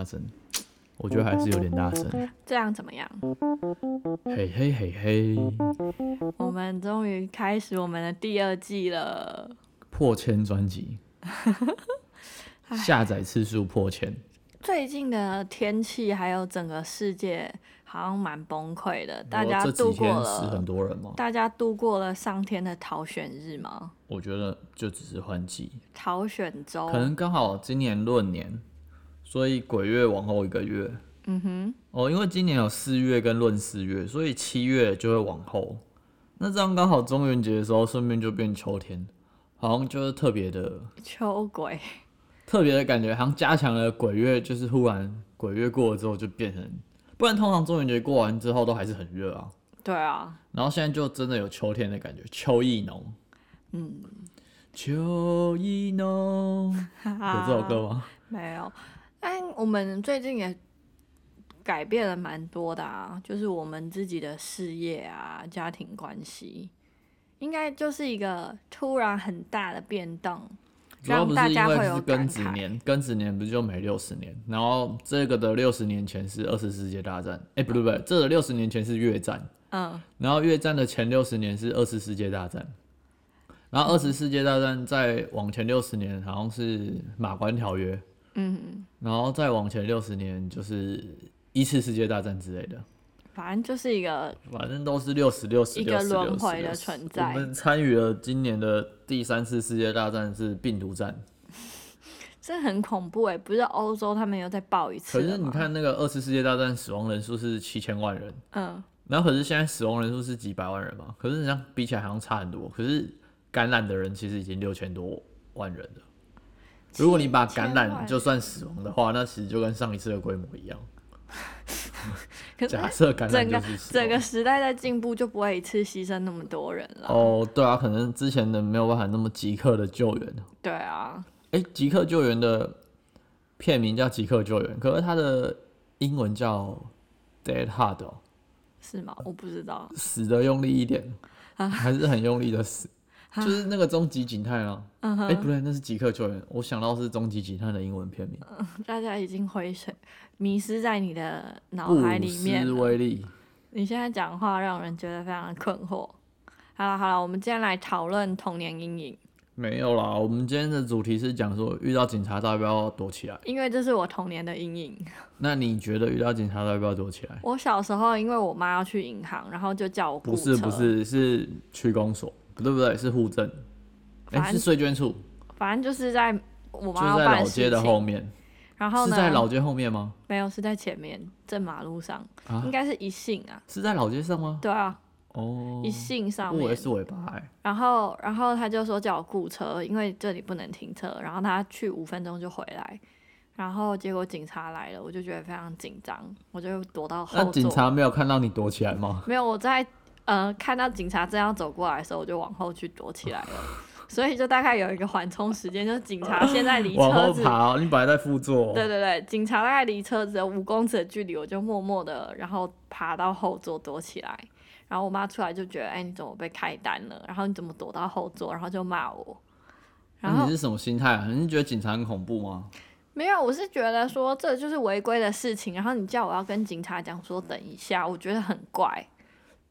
大声，我觉得还是有点大声。这样怎么样？嘿嘿嘿嘿，我们终于开始我们的第二季了。破千专辑，下载次数破千。最近的天气还有整个世界好像蛮崩溃的，大家哦我这度几过天死很了，多人嘛，大家度过了上天的逃选日吗？我觉得就只是换季，逃选周可，能刚好今年闰年，所以鬼月往后一个月。嗯哼，哦，因为今年有四月跟闰四月，所以七月就会往后。那这样刚好中元节的时候，顺便就变秋天，好像就是特别的秋鬼， 特别的感觉，好像加强了鬼月，就是忽然鬼月过了之后就变成，不然通常中元节过完之后都还是很热啊。对啊，然后现在就真的有秋天的感觉，秋意浓，嗯，秋意浓，哈有哈这首歌嗯吗？啊没有，但我们最近也改变了蛮多的啊，就是我们自己的事业啊、家庭关系，应该就是一个突然很大的变动。主要不是因让大家为会就有是感庚慨子年，庚子年不是就每六十年，然后这个的六十年前是二次世界大战，哎、不对不对，这个六十年前是越战，嗯，然后越战的前六十年是二次世界大战，然后二次世界大战再往前六十年好像是马关条约，嗯，然后再往前六十年就是一次世界大战之类的，反正就是一个反正都是六十六十一个轮回的存在我们参与了今年的第三次世界大战是病毒战，这很恐怖哎、不是欧洲他们又再爆一次可是了吗你，看那个二次世界大战死亡人数是七千万人，嗯，然后可是现在死亡人数是几百万人嘛，可是你像比起来好像差很多，可是感染的人其实已经六千多万人了。如果你把感7000万染就算死亡的话，那其实就跟上一次的规模一样。可是呃假设感染整就个是死亡整个时代在进步，就不会一次牺牲那么多人了。哦，对啊，可能之前的没有办法那么即刻的救援。对啊，哎，即刻救援的片名叫《即刻救援》，可是它的英文叫 Dead Hard，、哦、是吗？我不知道。死的用力一点，啊还是很用力的死，就是那个终极警探啊。嗯哎、不对，那是即刻救援，我想到是终极警探的英文片名，大家已经回水，迷失在你的脑布海鲁里面斯了。威利。你现在讲话让人觉得非常困惑。好了好了，我们今天来讨论童年阴影，没有啦，我们今天的主题是讲说遇到警察到底要不要躲起来。因为这是我童年的阴影。那你觉得遇到警察到底要不要躲起来？我小时候因为我妈要去银行，然后就叫我雇不是车不，是是区公所，不对不对，是户政，哎、反是税捐处，反正就是在我就妈要是在老办街事的后情。面，然后是呢？在老街后面吗？没有是在前面正马路上，啊应该是一信啊。是在老街上吗？对啊，哦一，信上我以面为。是尾巴、欸，然后，然后他就说叫我雇车，因为这里不能停车。然后他去五分钟就回来，然后结果警察来了，我就觉得非常紧张，我就躲到后那座。警察没有看到你躲起来吗？没有，我在呃看到警察正要走过来的时候，我就往后去躲起来了。所以就大概有一个缓冲时间，就是警察现在 离往车后子，爬哦、你本来在副座哦、对对对，警察大概离车子有五公尺的距离，我就默默的，然后爬到后座躲起来。然后我妈出来就觉得，哎，你怎么被开单了？然后你怎么躲到后座？然后就骂我。然那后你是什么心态啊？你是觉得警察很恐怖吗？没有，我是觉得说这就是违规的事情。然后你叫我要跟警察讲说等一下，我觉得很怪。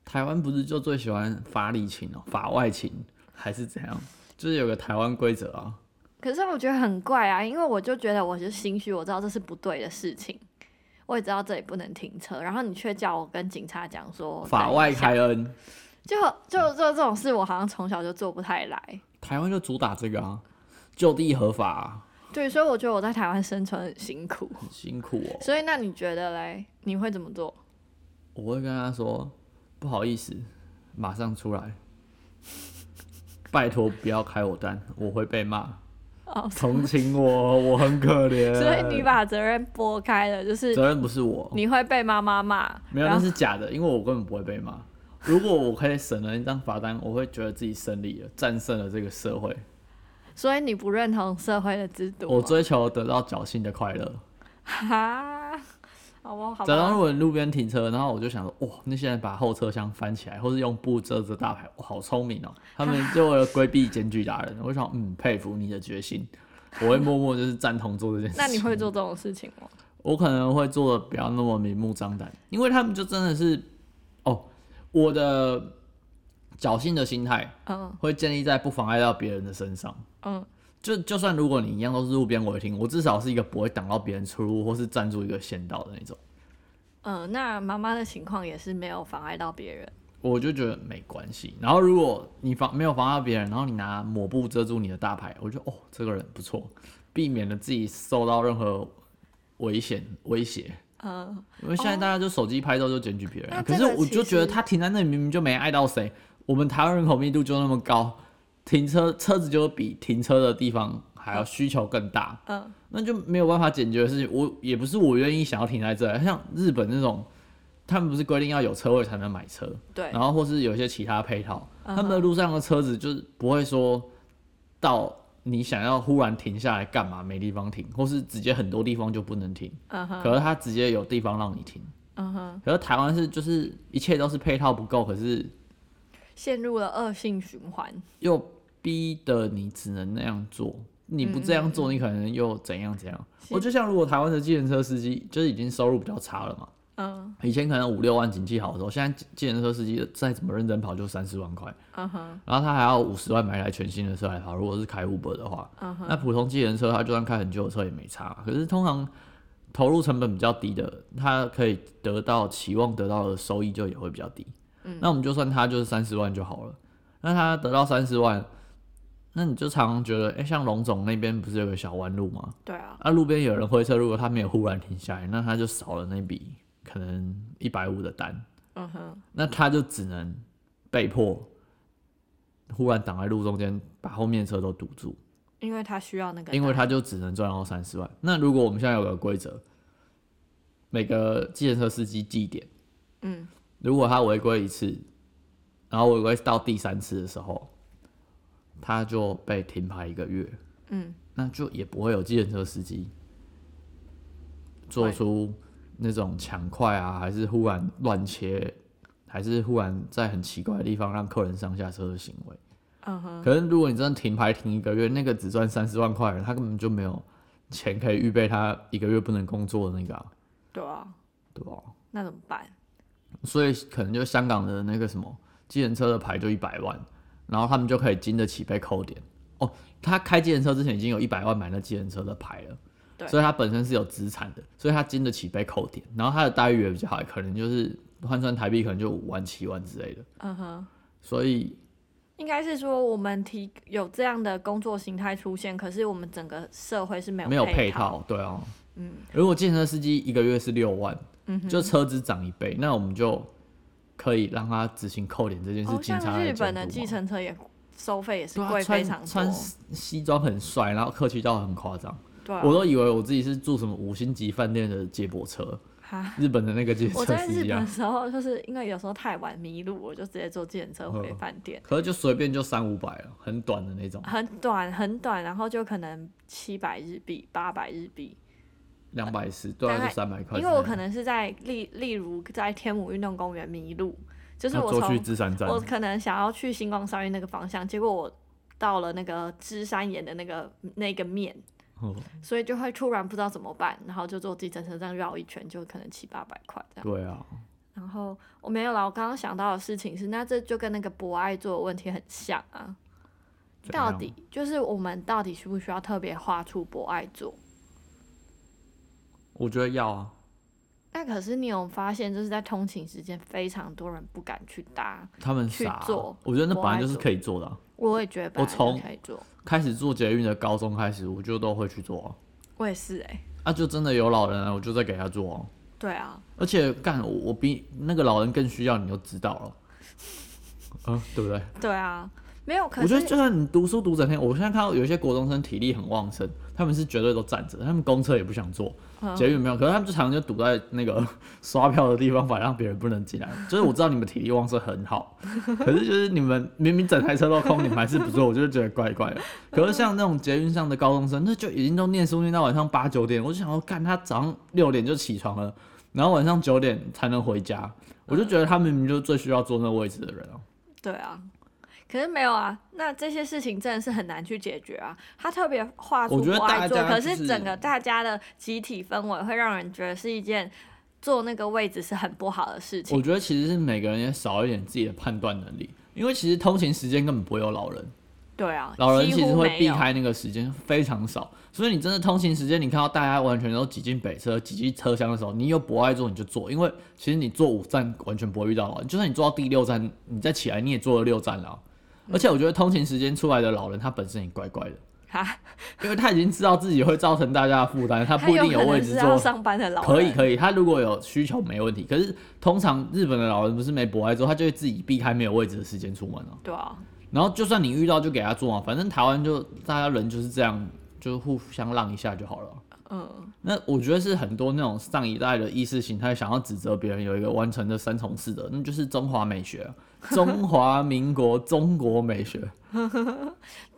台湾不是就最喜欢法里情哦、法外情还是怎样？就是有个台湾规则啊，可是我觉得很怪啊，因为我就觉得我是心虚，我知道这是不对的事情，我也知道这里不能停车。然后你却叫我跟警察讲说法等一外下开恩。就就就这种事，我好像从小就做不太来。台湾就主打这个啊，就地合法啊、对，所以我觉得我在台湾生存很辛苦。很辛苦哦、所以那你觉得嘞？你会怎么做？我会跟他说不好意思，马上出来，拜托不要开我单，我会被骂。哦同情我，我很可怜。所以你把责任拨开了，就是责任不是我，你会被妈妈骂，没有然那后是假的，因为我根本不会被骂。如果我可以省了一张罚单，我会觉得自己胜利了，战胜了这个社会。所以你不认同社会的制度吗。我追求得到侥幸的快乐。哈，好不好假吧？如我路边停车，然后我就想说，哇，那些人把后车厢翻起来，或是用布遮着大牌，哇，好聪明 哦！他们就为了规避检举达人，我就想，嗯，佩服你的决心。我会默默就是赞同做这件事情。那你会做这种事情吗？我可能会做的不要那么明目张胆，因为他们就真的是，哦，我的侥幸的心态嗯会建立在不妨碍到别人的身上。嗯，就就算如果你一样都是路边违停，我至少是一个不会挡到别人出入或是占住一个线道的那种，嗯，那妈妈的情况也是没有妨碍到别人。我就觉得没关系。然后如果你防没有妨碍到别人，然后你拿抹布遮住你的大牌，我就哦这个人不错，避免了自己受到任何危险威胁。嗯，因为现在大家就手机拍照就检举别人啊、那可是这个我就其觉得实他停在那里明明就没碍到谁，我们台湾人口密度就那么高，停车车子就比停车的地方还要需求更大。嗯，那就没有办法解决的事情。我也不是我愿意想要停在这，像日本那种，他们不是规定要有车位才能买车，对然，后或是有一些其他配套，嗯哼他们的路上的车子就是不会说到你想要忽然停下来干嘛没地方停，或是直接很多地方就不能停，嗯哼，可是他直接有地方让你停。嗯哼，可是台湾是就是一切都是配套不够，可是陷入了恶性循环。又逼得你只能那样做，你不这样做，你可能又怎样怎样。是我就像如果台湾的计程车司机就是已经收入比较差了嘛，嗯以前可能五六万景气好的时候，现在计程车司机再怎么认真跑就三四万块，嗯哼，然后他还要五十万买一台全新的车来跑。如果是开 Uber 的话，嗯那普通计程车他就算开很旧的车也没差。可是通常投入成本比较低的，他可以得到期望得到的收益就也会比较低。嗯那我们就算他就是三十万就好了。那他得到三十万，那你就常常觉得，哎、像龙总那边不是有个小弯路吗？对啊，啊，路边有人会车，如果他没有忽然停下来，那他就少了那笔可能一百五的单，嗯哼，那他就只能被迫忽然挡在路中间，把后面的车都堵住，因为他需要那个，因为他就只能赚到三十万。那如果我们现在有个规则，每个计程车司机记点，嗯，如果他违规一次，然后违规到第三次的时候，他就被停牌一个月。嗯，那就也不会有计程车司机做会出那种抢快啊，还是忽然乱切，还是忽然在很奇怪的地方让客人上下车的行为。嗯哼，可是如果你真的停牌停一个月，那个只赚三十万块的人，他根本就没有钱可以预备他一个月不能工作的那个、啊，对啊，对吧？那怎么办？所以可能就香港的那个什么计程车的牌就一百万，然后他们就可以经得起被扣点。哦，他开计程车之前已经有一百万买那计程车的牌了，对所以他本身是有资产的，所以他经得起被扣点。然后他的待遇也比较好，可能就是换算台币可能就五万七万之类的。嗯哼，所以应该是说我们提有这样的工作形态出现，可是我们整个社会是没有没有配套。套，对啊。嗯如果计程车司机一个月是六万，嗯哼，就车资涨一倍，那我们就可以让他执行扣点这件事。哦，警像察来日监本的督计嘛程车也收费也是对啊贵非穿常多穿，西西装很帅，然后客气到很夸张，对啊我都以为我自己是住什么五星级饭店的接驳车， 哈。日本的那个接我驳车在司日机本的啊，时候，就是因为有时候太晚迷路，我就直接坐计程车回嗯饭店，可是就随便就三五百了，很短的那种，很短很短，然后就可能七百日币、八百日币，两百四，对大啊，概就三百块之类的。因为我可能是在例例如在天母运动公园迷路，就是要我哦坐去从芝山站，我可能想要去星光三月那个方向，结果我到了那个芝山岩的那个那个面，哦所以就会突然不知道怎么办，然后就坐计程车这样绕一圈，就可能七八百块这样。对啊，然后我没有啦，我刚刚想到的事情是，那这就跟那个博爱座的问题很像啊。怎到样底就是我们到底需不需要特别画出博爱座？我觉得要啊，那可是你有发现，就是在通勤时间，非常多人不敢去搭。他们傻啊去做，我觉得那本国来外就是做可以做的啊、我也觉得本来就从可以做，开始做捷运的高中开始，我就都会去做啊，我也是哎、啊，就真的有老人啊，我就在给他做啊。对啊，而且干我我比那个老人更需要你就知道了，嗯，对不对？对啊，没有。可我觉得是就算你读书读整天，我现在看到有一些国中生体力很旺盛，他们是绝对都站着，他们公车也不想坐，嗯捷运没有，可是他们就常常就堵在 那个刷票的地方，反正让别人不能进来。就是我知道你们体力旺盛很 好，可是就是你们明明整台车都空，你们还是不坐，我就觉得怪怪的。可是像那种捷运上的高中生，那就已经都念书念到晚上八九点，我就想说，干他早上六点就起床了，然后晚上九哦点才能回家，我就觉得他明明就是最需要坐那位置的人啊。对啊，可是没有啊，那这些事情真的是很难去解决啊。他特别画出我觉得不爱做，大家可就是是整个大家的集体氛围会让人觉得是一件做那个位置是很不好的事我情。觉得其实是每个人也少一点自己的判断能力，因为其实通勤时间根本不会有老人，对啊，老人几其实乎会没避有开那个时间非常少，所以你真的通勤时间，你看到大家完全都挤进北车、挤进车厢的时候，你有不爱坐你就坐，因为其实你坐五站完全不会遇到老人，就算你坐到第六站，你再起来你也坐了六站了啊。嗯而且我觉得通勤时间出来的老人，他本身也怪怪的，哈，因为他已经知道自己会造成大家的负担，他啊他不一定有可位能置是坐要。上班的老人，可以可以，他如果有需求没问题。可是通常日本的老人不是没博爱之后，他就会自己避开没有位置的时间出门哦、对啊，然后就算你遇到就给他做嘛，啊反正台湾就大家人就是这样，就互相让一下就好了。嗯，那我觉得是很多那种上一代的意识形态想要指责别人有一个完成的三重四德，那就是中华美学 啊、中华民国、中国美学，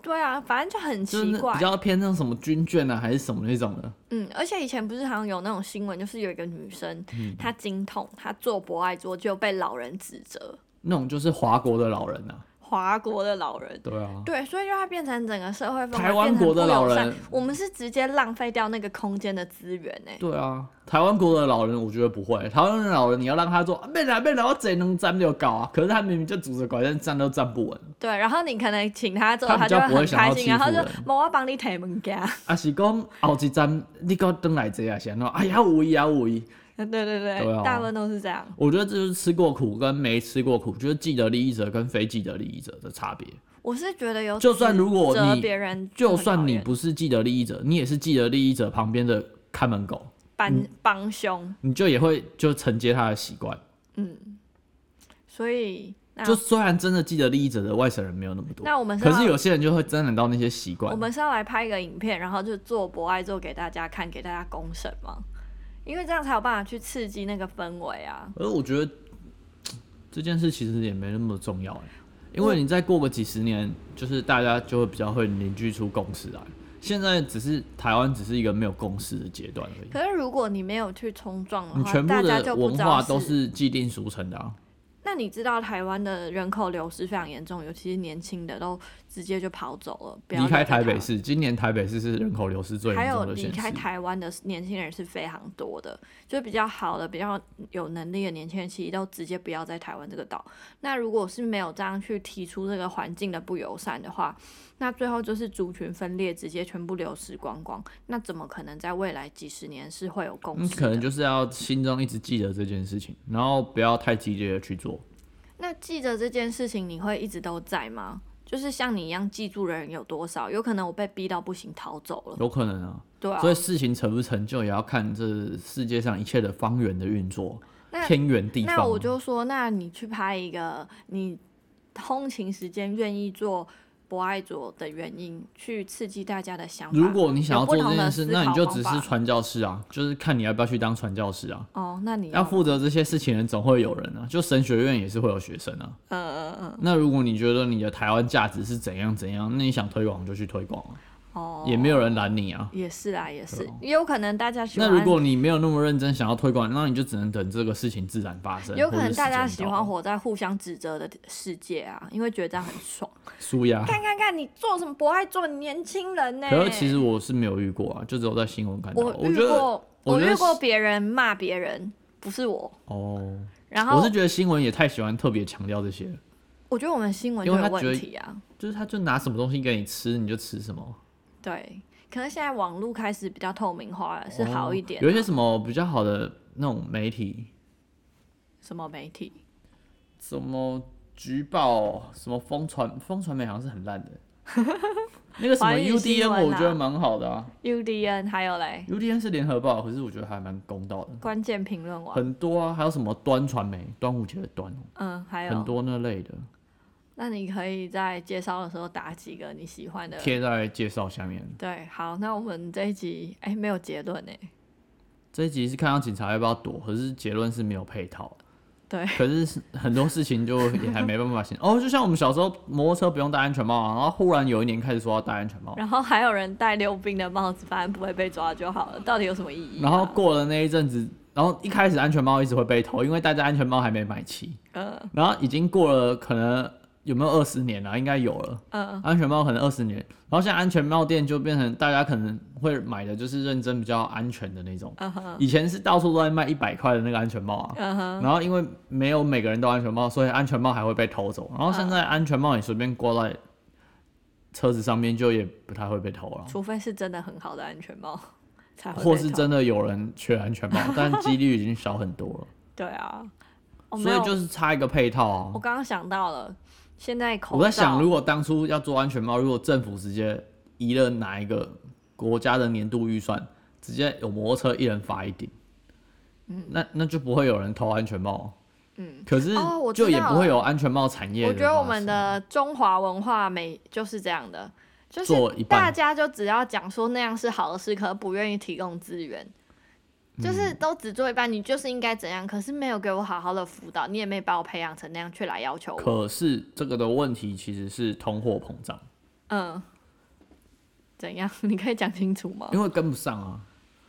对啊，反正就很就是奇那怪比。较偏那种什么军眷啊，还是什么那种的。嗯，而且以前不是好像有那种新闻，就是有一个女生，嗯她经痛，她做博爱桌就被老人指责，那种就是华国的老人啊，华国的老人。对啊，对，所以就它变成整个社会氛围台湾变成国的不友老人善我们是直接浪费掉那个空间的资源欸呢、对啊，台湾国的老人我觉得不会，台湾的老人你要让他做，啊没来没来，我贼能站就搞啊，可是他明明就拄着拐杖站都站不稳，对，然后你可能请他做，他比他就较不会很想要开心，欺然后负就人某我啊帮你提物件。啊是讲后一站你给我登来这啊，先咯，哎呀无疑啊无疑， 对对对，对啊大部分都是这样。我觉得这就是吃过苦跟没吃过苦，就是既得利益者跟非既得利益者的差别。我是觉得有就算指如果责你别人很讨厌，就算你不是既得利益者，你也是既得利益者旁边的看门狗，帮嗯帮凶，你就也会就承接他的习惯。嗯，所以那就虽然真的既得利益者的外省人没有那么多，嗯那我们是可是要有些人就会沾染到那些习惯我。们是要来拍一个影片，然后就做博爱做给大家看，给大家公审吗？因为这样才有办法去刺激那个氛围啊。而我觉得这件事其实也没那么重要哎，因为你再过个几十年，就是大家就会比较会凝聚出共识来。现在只是台湾只是一个没有共识的阶段而已，可是如果你没有去冲撞的你话，全部大家的就不文知化道都是既定俗成的啊。那你知道台湾的人口流失非常严重，尤其是年轻的都直接就跑走了，不要离开留在台北湾。市，今年台北市是人口流失最还严有重的离县开市。台湾的年轻人是非常多的，就是比较好的、比较有能力的年轻人，其实都直接不要在台湾这个岛。那如果是没有这样去提出这个环境的不友善的话，那最后就是族群分裂，直接全部流失光光。那怎么可能在未来几十年是会有共你识嗯可的？能就是要心中一直记得这件事情，然后不要太激烈的去做。那记着这件事情，你会一直都在吗？就是像你一样记住的人有多少？有可能我被逼到不行逃走了，有可能啊，对啊。所以事情成不成就也要看这世界上一切的方圆的运作那，天圆地方啊。那我就说，那你去拍一个你通勤时间愿意做博爱做的原因，去刺激大家的想法。如果你想要做有不这同件的事，思那你考就方只法是传教士啊，就是看你要不要去当传教士啊。哦，那你要负责这些事情的人总会有人啊，就神学院也是会有学生啊。嗯嗯嗯那如果你觉得你的台湾价值是怎样怎样，那你想推广就去推广啊，哦，也没有人拦你啊。也是啊，也是对哦，也有可能大家喜那欢，如果你没有那么认真想要推广，那你就只能等这个事情自然发生。有或可者能是大家时喜间到欢活在互相指责的世界啊，因为觉得这 样很爽。舒压，看看看，你做什么博爱做年轻人呢、可是其实我是没有遇过啊，就只有在新闻看到。我我遇觉得过，我我觉得遇过是别人骂别人，不是我。哦，然后我是觉得新闻也太喜欢特别强调这些了，我觉得我们新闻因就为有他觉问得题啊。就是他就拿什么东西给你吃，你就吃什么，对，可是现在网络开始比较透明化了，是好一点哦啊、有一些什么比较好的那种媒体，什么媒体？什么橘报，什么风传，风传媒好像是很烂 的。那个什么华语新 UDN 闻啊我觉得蛮好的啊 UDN 还有嘞， ，UDN 是联合报，可是我觉得还蛮公道的。关键评论网，很多啊，还有什么端传媒、端午节的端哦，嗯，还很有。多那类的那你可以在介绍的时候打几个你喜欢的。贴在介绍下面。对，好，那我们这一集哎、没有结论哎、这一集是看到警察要不要躲，可是结论是没有配套，对， 可是是很多事情就也还没办法行。哦，就像我们小时候摩托车不用戴安全帽啊，然后忽然有一年开始说要戴安全帽，然后还有人戴溜冰的帽子，反正不会被抓就好了，到底有什么意义啊、然后过了那一阵子，然后一开始安全帽一直会被偷，因为大家安全帽还没买齐，呃，然后已经过了可能有没有二十年啊？应该有了。嗯安全帽可能二十年，然后现在安全帽店就变成大家可能会买的就是认真比较安全的那种。嗯哼，以前是到处都在卖一百块的那个安全帽啊，嗯哼，然后因为没有每个人都安全帽，所以安全帽还会被偷走。然后嗯现在安全帽你随便挂在车子上面，就也不太会被偷了。除非是真的很好的安全帽才会被偷，或是真的有人缺安全帽，但几率已经小很多了，对啊，哦、没所以有哦就是差一个配套啊我。刚刚想到了，现在口罩我在想，如果当初要做安全帽，如果政府直接移了哪一个国家的年度预算，直接有摩托车一人发一顶，那那就不会有人偷安全帽。哦嗯，可是哦我知就也道不会了有安全帽产业。我觉得我们的中华文化美就是这样的，就做是一半大家就只要讲说那样是好的事，可不愿意提供资源，嗯就是都只做一半，你就是应该怎样，可是没有给我好好的辅导，你也没把我培养成那样，却来要求我，可是这个的问题其实是通货膨胀，嗯，怎样？你可以讲清楚吗？因为跟不上啊。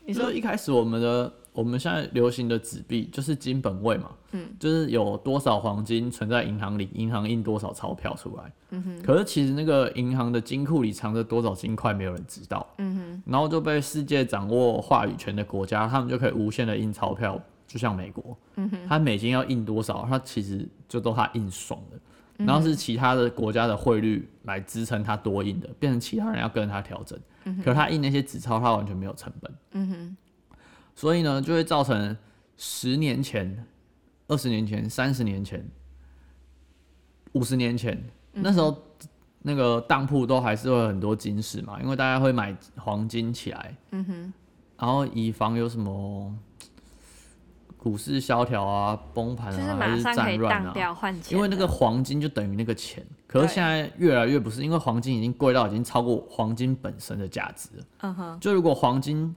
你就说是一开始我们的我们现在流行的纸币就是金本位嘛，嗯，就是有多少黄金存在银行里，银行印多少钞票出来。嗯哼。可是其实那个银行的金库里藏着多少金块，没有人知道。嗯哼，然后就被世界掌握话语权的国家，他们就可以无限的印钞票，就像美国，嗯哼，他美金要印多少，他其实就都他印爽的，然后是其他的国家的汇率来支撑他多印的，变成其他人要跟着他调整，嗯、可是他印那些纸钞，他完全没有成本，嗯哼，所以呢，就会造成十年前、二十年前、三十年前、五十年前，嗯那时候那个当铺都还是会有很多金饰嘛，因为大家会买黄金起来，嗯哼，然后以防有什么股市萧条啊、崩盘啊，就是还马是上可战以乱当啊，掉换钱，因为那个黄金就等于那个钱，可是对现在越来越不是，因为黄金已经贵到已经超过黄金本身的价值了。嗯哼，就如果黄金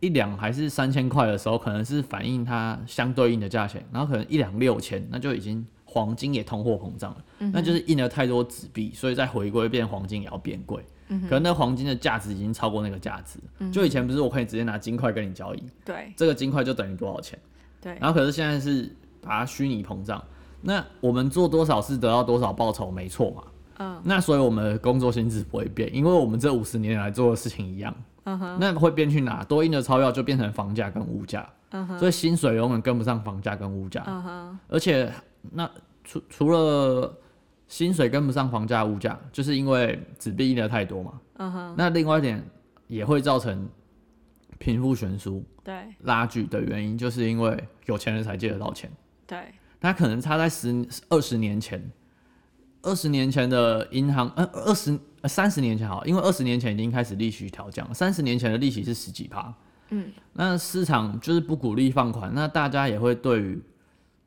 一两还是三千块的时候，可能是反映它相对应的价钱，然后可能一两六千，那就已经黄金也通货膨胀了，嗯那就是印了太多纸币，所以再回归变黄金也要变贵。嗯可能那黄金的价值已经超过那个价值，就以前不是我可以直接拿金块跟你交易，对这个金块就等于多少钱，对，然后可是现在是把它虚拟膨胀，那我们做多少事得到多少报酬，没错嘛。嗯那所以我们的工作薪资不会变，因为我们这五十年来做的事情一样。嗯哼，那会变去哪？多印的钞票就变成房价跟物价，嗯所以啊薪水永远跟不上房价跟物价，嗯哼，而且那除除了薪水跟不上房价物价，就是因为纸币印的太多嘛。嗯哼，那另外一点也会造成贫富悬殊对拉锯的原因，就是因为有钱人才借得到钱，对，那可能差在十二十年前。二十年前的银行，呃，二十三十年前好，因为二十年前已经开始利息调降，三十年前的利息是十几趴，嗯那市场就是不鼓励放款，那大家也会对于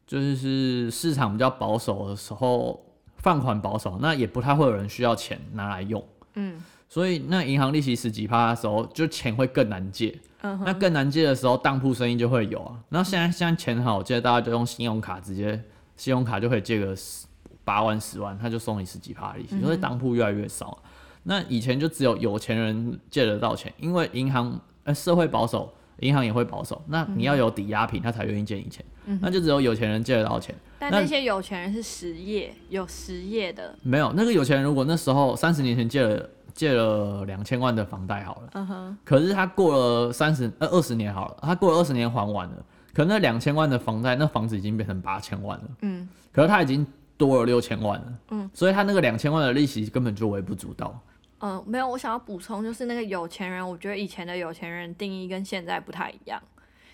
就是市场比较保守的时候放款保守，那也不太会有人需要钱拿来用，嗯所以那银行利息十几趴的时候，就钱会更难借。嗯那更难借的时候，当铺生意就会有啊。那现在现在钱很好借，大家就用信用卡直接，信用卡就可以借个十八万十万，他就送你十几趴的利息，所以当铺越来越少。那以前就只有有钱人借得到钱，因为银行呃社会保守，银行也会保守，那你要有抵押品，他才愿意借你钱。那就只有有钱人借得到钱，但那那些有钱人是实业，有实业的，没有那个有钱人，如果那时候三十年前借了借了两千万的房贷好了。嗯哼，可是他过了三十呃二十年好了，他过了二十年还完了，可那两千万的房贷，那房子已经变成八千万了，嗯，可是他已经多了六千万了，嗯，所以他那个两千万的利息根本就微不足道，嗯，没有，我想要补充就是那个有钱人，我觉得以前的有钱人定义跟现在不太一样，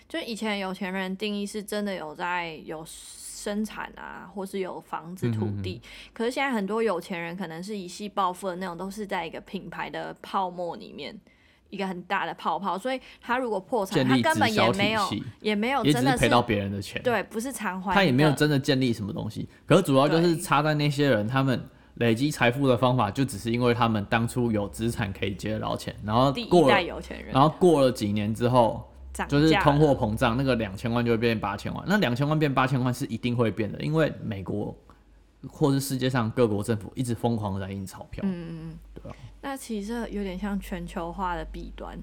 就以前的有钱人定义是真的有在有生产啊，或是有房嗯子、土地，可是现在很多有钱人可能是一夕暴富的那种，都是在一个品牌的泡沫里面。一个很大的泡泡，所以他如果破产，建他立根本直也销体没有系，也没有也哦真只的是赔到别人的钱，对，不是偿还一个，他也没有真的建立什么东西，可是主要就是对差在那些人他们。累积财富的方法，就只是因为他们当初有资产可以借得到钱，然后第一过代了，有钱人，啊然后过了几年之后，涨就是价通货了膨胀，那个两千万就会变八千万，那两千万变八千万是一定会变的，因为美国或是世界上各国政府一直疯狂的在印钞票，嗯那其实这有点像全球化的弊端。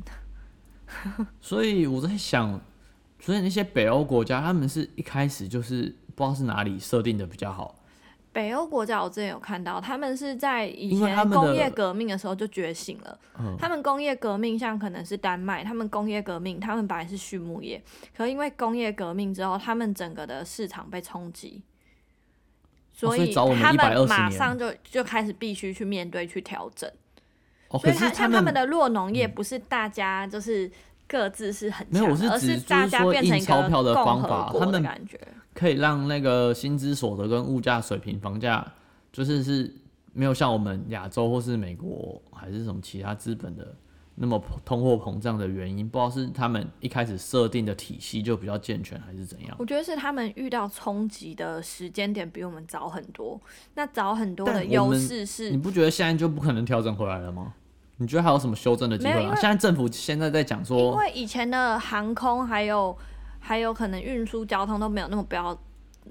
所以我在想，所以那些北欧国家他们是一开始就是不知道是哪里设定的比较好，北欧国家我之前有看到，他们是在以因为他前们的工业革命的时候就觉醒了。嗯，他们工业革命像可能是丹麦，他们工业革命，他们本来是畜牧业，可因为工业革命之后，他们整个的市场被冲击，哦所以以找我们他120们马年上就就开始必须去面对去调整。哦，所可以他是像他们嗯们的弱农业不是大家就是各自是很没有强我是的而指是就是大家说变成印一钞个票的共方和法国他的们感觉。可以让那个薪资所得跟物价水平、房价，就是是没有像我们亚洲或是美国还是什么其他资本的那么通货膨胀的原因，不知道是他们一开始设定的体系就比较健全，还是怎样。我觉得是他们遇到冲击的时间点比我们早很多，那早很多但的我优们势是你不觉得现在就不可能调整回来了吗？你觉得还有什么修正的机没会有因吗？为现在政府现在在讲因说，为以前的航空还有还有可能运输交通都没有那么标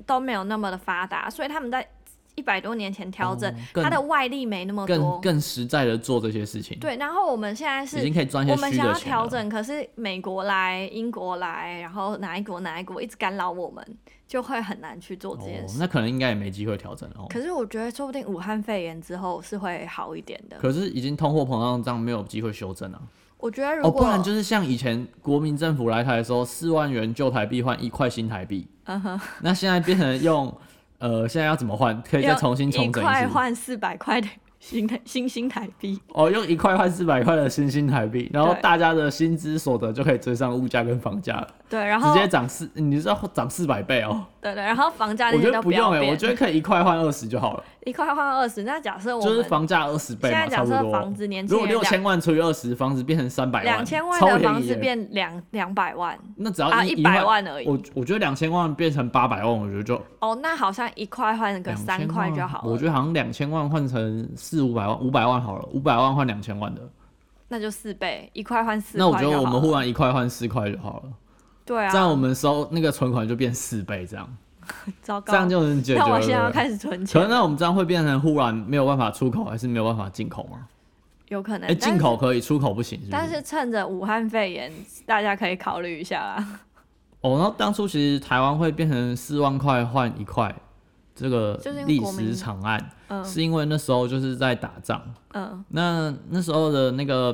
都没有那么的发达，所以他们在一百多年前调整哦，更它的外力没那么更多。更实在的做这些事情，对，然后我们现在是已经可以赚一我些们虚想的要钱调了。整，可是美国来、英国来，然后哪一国哪一国一直干扰我们，就会很难去做这件哦，事。那可能应该也没机会调整了哦。可是我觉得，说不定武汉肺炎之后是会好一点的。可是已经通货膨胀这样没有机会修正啊。我觉得如哦，果、不然就是像以前国民政府来台的时候，四万元旧台币换一块新台币，嗯哼，那现在变成 用，呃，现在要怎么换？可以再重新重整一一块次。换四百块的新台新新台币。哦，用一块换四百块的新新台币，然后对大家的薪资所得就可以追上物价跟房价了，对，然直后接涨四，你知道涨四百倍哦。对对，然后房价我那觉些得都不用要哎、变，我觉得可以一块换二十就好了，一块换二十。那假设我就是们房价二十倍现嘛，差在假不设多。房子年如轻果人六千万除以二十，房子变成三百万，两千万超的便房宜欸子耶变两两百万那只要啊，一一百万而已。我我觉得两千万变成八百万，我觉得就哦，那好像一块换个2000三块就好了，我觉得好像两千万换成四五百万，五百万好了，五百万换两千万的，那就四倍，一块换四块那就好我了。觉得我们互换一块换四块就好了，对这样我啊，们收那个存款就变四倍，这样糟糕，这样就能解决那了。我现在要对不对开始存可钱能，那我们这样会变成忽然没有办法出口，还是没有办法进口吗？有可能。哎，但进是，口可以，出口不行，是不但是趁着武汉肺炎，大家可以考虑一下啦。 哦，然后当初其实台湾会变成四万块换一块，这个就是因为历国民史长案，嗯是因为那时候就是在打仗。嗯，那那时候的那个，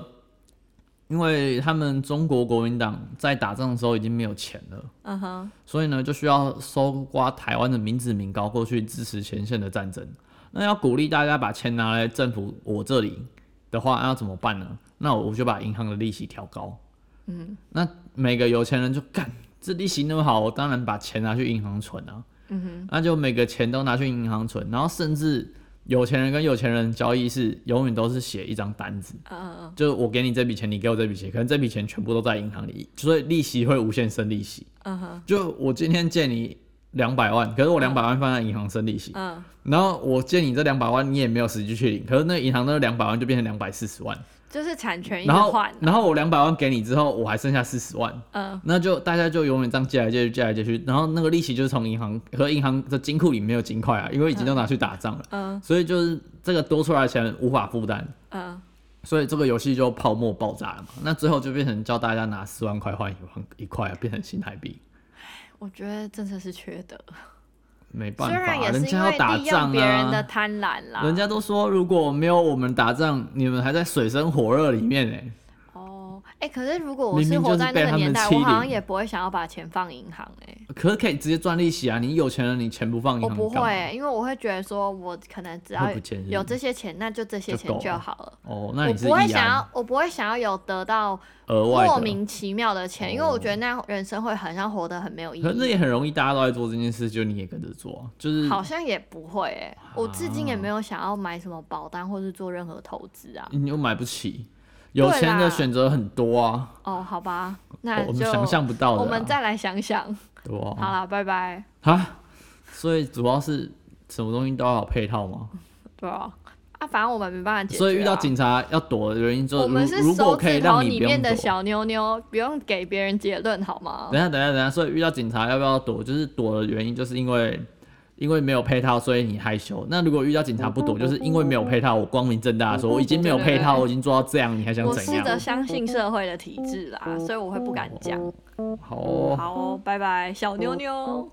因为他们中国国民党在打仗的时候已经没有钱了，嗯哼，所以呢就需要搜刮台湾的民脂民膏过去支持前线的战争。那要鼓励大家把钱拿来政府我这里的话，那要怎么办呢？那我就把银行的利息调高。嗯，那每个有钱人就干，这利息那么好，我当然把钱拿去银行存啊。嗯哼，那就每个钱都拿去银行存，然后甚至有钱人跟有钱人交易是永远都是写一张单子，嗯嗯嗯就是我给你这笔钱，你给我这笔钱，可能这笔钱全部都在银行里，所以利息会无限生利息。嗯哼，就我今天借你两百万，可是我两百万放在银行生利息，嗯，然后我借你这两百万，你也没有实际去领，可是那银行那两百万就变成两百四十万，就是产权一直然后换，啊然后我两百万给你之后，我还剩下四十万，嗯那就大家就永远这样借来借去，借来借去，然后那个利息就是从银行和银行的金库里没有金块啊，因为已经都拿去打仗了，嗯所以就是这个多出来的钱无法负担，嗯，所以这个游戏就泡沫爆炸了嘛。那最后就变成叫大家拿四万块换一万一块啊，变成新台币，我觉得真的是缺德，没办虽法啊、然也是人因家为要打利用仗别人的啊。贪婪啦，人家都说，如果没有我们打仗，你们还在水深火热里面呢、欸哦，哎、可是如果我明是明就活是在被那他个年们代，欺我好像凌也不会想要把钱放银行、哎。可是可以直接赚利息啊！你有钱人，你钱不放银我行，不你干会嘛欸、因为我会觉得说，我可能只要会不见是不是有这些钱，那就这些就钱够就了好了。哦，那我你是不会易想安要，我不会想要有得到额外的哦莫名其妙的钱，因为我觉得那样人生会好像活得很没有意可是义。也很容易，大家都在做这件事，就你也跟着做啊，就是好像也不会、欸，我至今也没啊有想要买什么保单或是做任何投资啊。你又买不起，有钱对啦的选择很多啊，哦，好吧，那我我们就想象不到的、啊，我们再来想想。对好啊啦，拜拜。啊，所以主要是什么东西都要有配套嘛，对啊，啊，反正我们没办法解决、啊。所以遇到警察要躲的原因就是，我们是如如手果可以指头让你里不面用躲的，小妞妞，不用给别人结论好吗等一？下等一下等一下，所以遇到警察要不要躲，就是躲的原因就是因为。因为没有配套，所以你害羞。那如果遇到警察不躲，就是因为没有配套，我光明正大的哦说，我已经没有配套，我已经做到这样，你还想我怎试样？哦着相信社会的体制啦，所以我会不敢讲。好哦、好哦，拜拜，小妞妞。